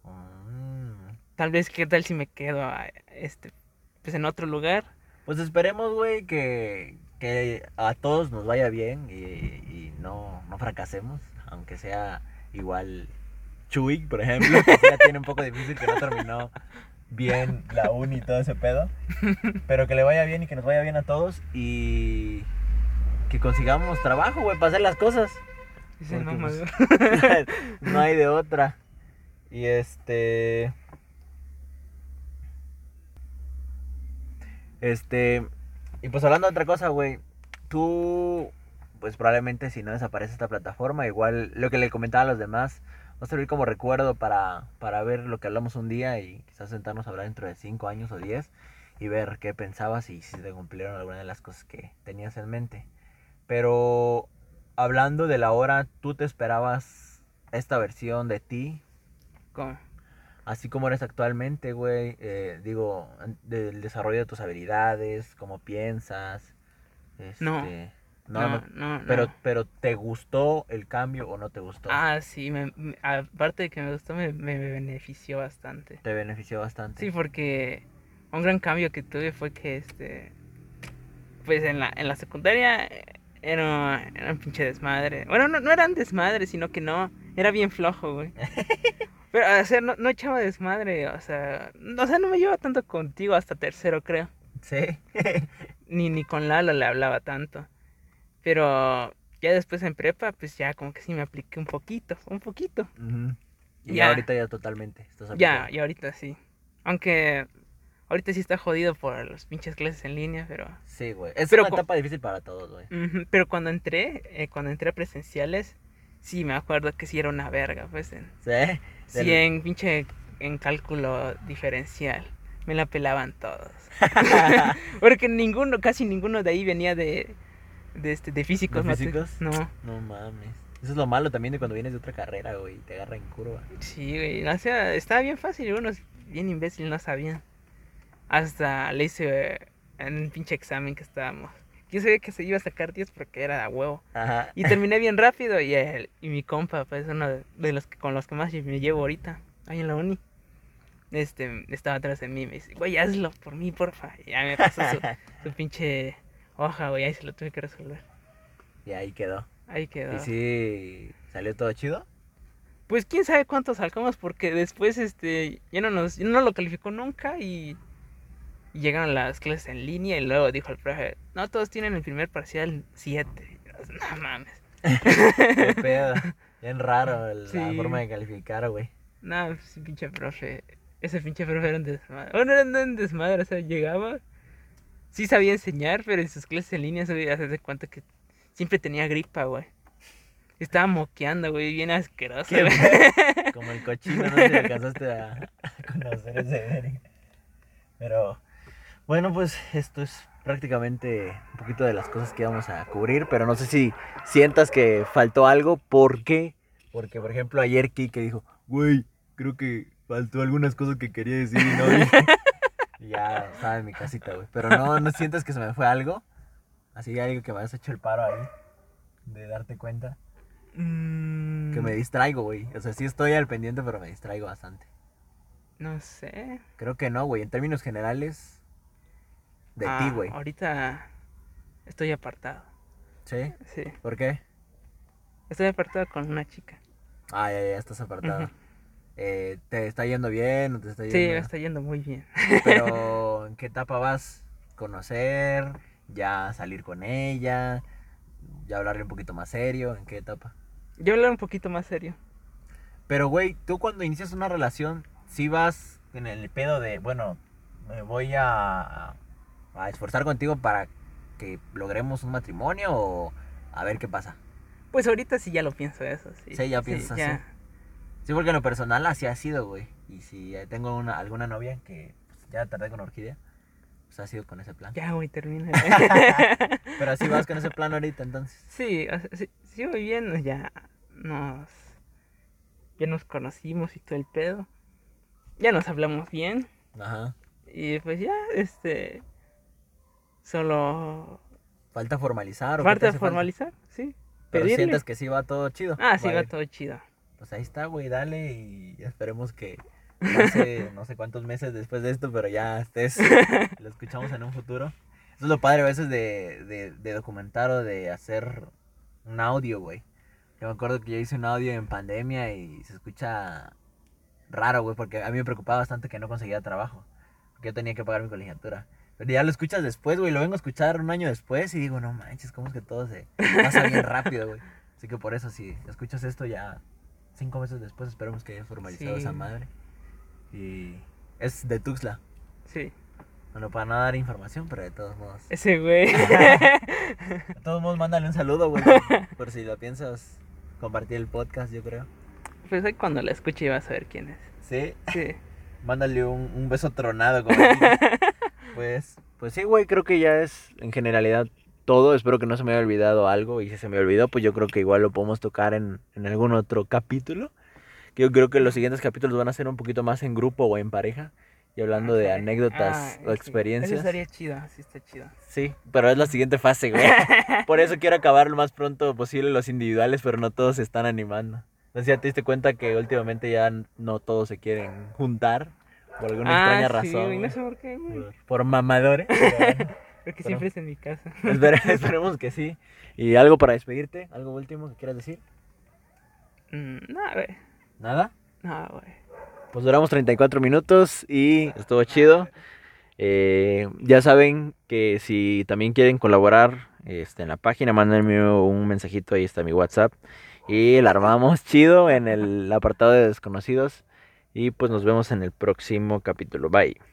Speaker 1: Mm.
Speaker 2: Tal vez, ¿qué tal si me quedo a- este, pues en otro lugar?
Speaker 1: Pues esperemos, güey, que, que a todos nos vaya bien y, y no, no fracasemos, aunque sea igual Chuy, por ejemplo, que sí la tiene un poco difícil, que no terminó bien la uni y todo ese pedo, pero que le vaya bien y que nos vaya bien a todos y que consigamos trabajo, güey, para hacer las cosas.
Speaker 2: Dice, no,
Speaker 1: Porque, pues,
Speaker 2: maduro.
Speaker 1: no hay de otra. Y este. Este. Y pues hablando de otra cosa, güey. Tú. Pues probablemente si no desaparece esta plataforma, igual lo que le comentaba a los demás, va a servir como recuerdo para, para ver lo que hablamos un día y quizás sentarnos a hablar dentro de 5 años o 10 y ver qué pensabas y si te cumplieron alguna de las cosas que tenías en mente. Pero hablando de la hora, ¿tú te esperabas esta versión de ti?
Speaker 2: ¿Cómo?
Speaker 1: Así como eres actualmente, güey. eh, digo, an- del desarrollo de tus habilidades, cómo piensas. este,
Speaker 2: No.
Speaker 1: No, no,
Speaker 2: no, no.
Speaker 1: Pero, pero ¿te gustó el cambio o no te gustó?
Speaker 2: Ah, sí, me- me- aparte de que me gustó, me- me benefició bastante.
Speaker 1: Te benefició bastante.
Speaker 2: Sí, porque un gran cambio que tuve fue que este pues en la, en la secundaria eh, era, era un pinche desmadre. Bueno, no, no eran desmadre, sino que no, era bien flojo, güey. Pero, o sea, no, no echaba desmadre, o sea, no- o sea, no me llevaba tanto contigo hasta tercero, creo.
Speaker 1: Sí.
Speaker 2: Ni, ni con Lalo le hablaba tanto. Pero ya después en prepa, pues ya como que sí me apliqué un poquito, un poquito.
Speaker 1: Ujú. Y
Speaker 2: Ya.
Speaker 1: ahorita ya totalmente. estás
Speaker 2: Ya,
Speaker 1: aplicado.
Speaker 2: y ahorita sí. Aunque Ahorita sí está jodido por las pinches clases en línea, pero...
Speaker 1: Sí, güey. Es
Speaker 2: Pero
Speaker 1: una
Speaker 2: cu-
Speaker 1: etapa difícil para todos, güey.
Speaker 2: Ujú, Pero cuando entré, eh, cuando entré a presenciales, sí me acuerdo que sí era una verga, pues. En,
Speaker 1: ¿Sí?
Speaker 2: sí, en pinche en cálculo diferencial. Me la pelaban todos. Porque ninguno, casi ninguno de ahí venía de, de este, de físicos.
Speaker 1: ¿De
Speaker 2: mate-
Speaker 1: físicos?
Speaker 2: No,
Speaker 1: No mames. Eso es lo malo también de cuando vienes de otra carrera, güey. y Te agarra en curva.
Speaker 2: sí, güey. O sea, estaba bien fácil, unos bien imbéciles no sabían. Hasta le hice eh, en un pinche examen que estábamos. Yo sabía que se iba a sacar 10 porque era a huevo.
Speaker 1: Ajá.
Speaker 2: Y terminé bien rápido y, el- y mi compa, pues uno de- de los que, con los que más me llevo ahorita, ahí en la uni, este, estaba atrás de mí y me dice, güey, hazlo por mí, porfa. Y ya me pasó su, su pinche hoja, güey, ahí se lo tuve que resolver.
Speaker 1: y ahí quedó.
Speaker 2: Ahí quedó.
Speaker 1: Y sí, salió todo chido.
Speaker 2: Pues quién sabe cuánto sacamos porque después, este, ya no nos, ya no lo calificó nunca y y llegaron las clases en línea y luego dijo el profe, no, todos tienen el primer parcial 7. No mames.
Speaker 1: Qué pedo. Bien raro el- la
Speaker 2: Sí.
Speaker 1: forma de calificar, güey.
Speaker 2: No, pues, ese pinche profe. Ese pinche profe era un desmadre. Bueno, era no un desmadre, o sea, llegaba. Sí sabía enseñar, pero en sus clases en línea se veía hace de cuenta que siempre tenía gripa, güey. Estaba moqueando, güey, bien asqueroso.
Speaker 1: Qué
Speaker 2: güey.
Speaker 1: Como el cochino, no sé si alcanzaste a, a conocer ese verga. Pero bueno, pues esto es prácticamente un poquito de las cosas que vamos a cubrir, pero no sé si sientas que faltó algo, ¿por qué? Porque por ejemplo ayer Kike dijo, güey, creo que faltó algunas cosas que quería decir y no dije. Y ya estaba en mi casita, güey. Pero no, no sientes que se me fue algo. Así algo que me has hecho el paro ahí. De darte cuenta.
Speaker 2: Mm,
Speaker 1: Que me distraigo, güey. O sea, sí estoy al pendiente, pero me distraigo bastante.
Speaker 2: No sé.
Speaker 1: Creo que no, güey. En términos generales, de
Speaker 2: Ah,
Speaker 1: ti, güey.
Speaker 2: Ahorita estoy apartado.
Speaker 1: ¿Sí?
Speaker 2: Sí.
Speaker 1: ¿Por qué?
Speaker 2: Estoy apartado con una chica.
Speaker 1: Ah, ya, ya, estás apartado.
Speaker 2: Ujú.
Speaker 1: Eh, ¿Te está yendo bien o te está
Speaker 2: Sí,
Speaker 1: yendo
Speaker 2: me está yendo muy bien.
Speaker 1: Pero, ¿en qué etapa vas? ¿Conocer? ¿Ya salir con ella? ¿Ya hablarle un poquito más serio? ¿En qué etapa?
Speaker 2: Yo hablar un poquito más serio.
Speaker 1: Pero, güey, tú cuando inicias una relación, sí vas en el pedo de, bueno, me voy a, a esforzar contigo para que logremos un matrimonio o a ver qué pasa.
Speaker 2: Pues ahorita sí ya lo pienso eso. Sí,
Speaker 1: Sí, ya piensas
Speaker 2: ya.
Speaker 1: así. Sí, porque en lo personal así ha sido, güey. Y si eh, tengo una, alguna novia que pues, ya tardé con Orquídea, pues ha sido con ese plan.
Speaker 2: Ya, güey, termina.
Speaker 1: Pero así vas con ese plan ahorita, entonces.
Speaker 2: sí, o sea, sí, sí, muy bien, ya nos... Ya nos conocimos y todo el pedo. Ya nos hablamos bien.
Speaker 1: Ajá.
Speaker 2: Y pues ya, este... Solo...
Speaker 1: Falta formalizar o qué te
Speaker 2: Falta
Speaker 1: hace falta?
Speaker 2: formalizar, sí.
Speaker 1: Pero
Speaker 2: pedirle.
Speaker 1: sientes que sí va todo chido.
Speaker 2: Ah, sí,
Speaker 1: Vale.
Speaker 2: va todo chido.
Speaker 1: Pues ahí está, güey, dale y esperemos que no sé, no sé cuántos meses después de esto, pero ya estés, lo escuchamos en un futuro. Eso es lo padre a veces de, de, de documentar o de hacer un audio, güey. Yo me acuerdo que yo hice un audio en pandemia y se escucha raro, güey, porque a mí me preocupaba bastante que no conseguía trabajo, porque yo tenía que pagar mi colegiatura. Pero ya lo escuchas después, güey, lo vengo a escuchar un año después y digo, no manches, cómo es que todo se pasa bien rápido, güey. Así que por eso, si escuchas esto ya cinco meses después, esperemos que haya formalizado
Speaker 2: Sí.
Speaker 1: esa madre. Y es de Tuxla.
Speaker 2: Sí.
Speaker 1: Bueno, para no dar información, pero de todos modos.
Speaker 2: Ese güey.
Speaker 1: De todos modos, mándale un saludo, güey. por si lo piensas compartir el podcast, yo creo.
Speaker 2: pues ahí cuando la escuche vas a ver quién es.
Speaker 1: Sí.
Speaker 2: Sí.
Speaker 1: Mándale un, un beso tronado, como dicen. Pues,
Speaker 3: Pues sí, güey, creo que ya es en generalidad todo. Espero que no se me haya olvidado algo. Y si se me olvidó, pues yo creo que igual lo podemos tocar en, en algún otro capítulo. Que Yo creo que los siguientes capítulos van a ser un poquito más en grupo o en pareja. Y hablando de
Speaker 2: Ah,
Speaker 3: anécdotas
Speaker 2: sí.
Speaker 3: o
Speaker 2: Eso
Speaker 3: experiencias.
Speaker 2: estaría chido, sí está chido.
Speaker 3: Sí, pero es la siguiente fase, güey. Por eso quiero acabar lo más pronto posible los individuales, pero no todos se están animando. No sé si ya te diste cuenta que últimamente ya no todos se quieren juntar por alguna
Speaker 2: ah,
Speaker 3: extraña
Speaker 2: sí,
Speaker 3: razón. güey.
Speaker 2: güey, no sé por qué, güey.
Speaker 3: Por- Por mamadores. pero bueno.
Speaker 2: Porque
Speaker 3: Pero-
Speaker 2: siempre es en mi casa.
Speaker 3: Espere- esperemos que sí. ¿Y algo para despedirte? ¿Algo último que quieras decir?
Speaker 2: Mm, no, güey.
Speaker 1: ¿nada?
Speaker 2: No, güey.
Speaker 3: Pues duramos 34 minutos y estuvo chido. Eh, ya saben que si también quieren colaborar este, en la página, mándenme un mensajito, ahí está mi WhatsApp. Y la armamos chido en el apartado de desconocidos. Y pues nos vemos en el próximo capítulo. Bye.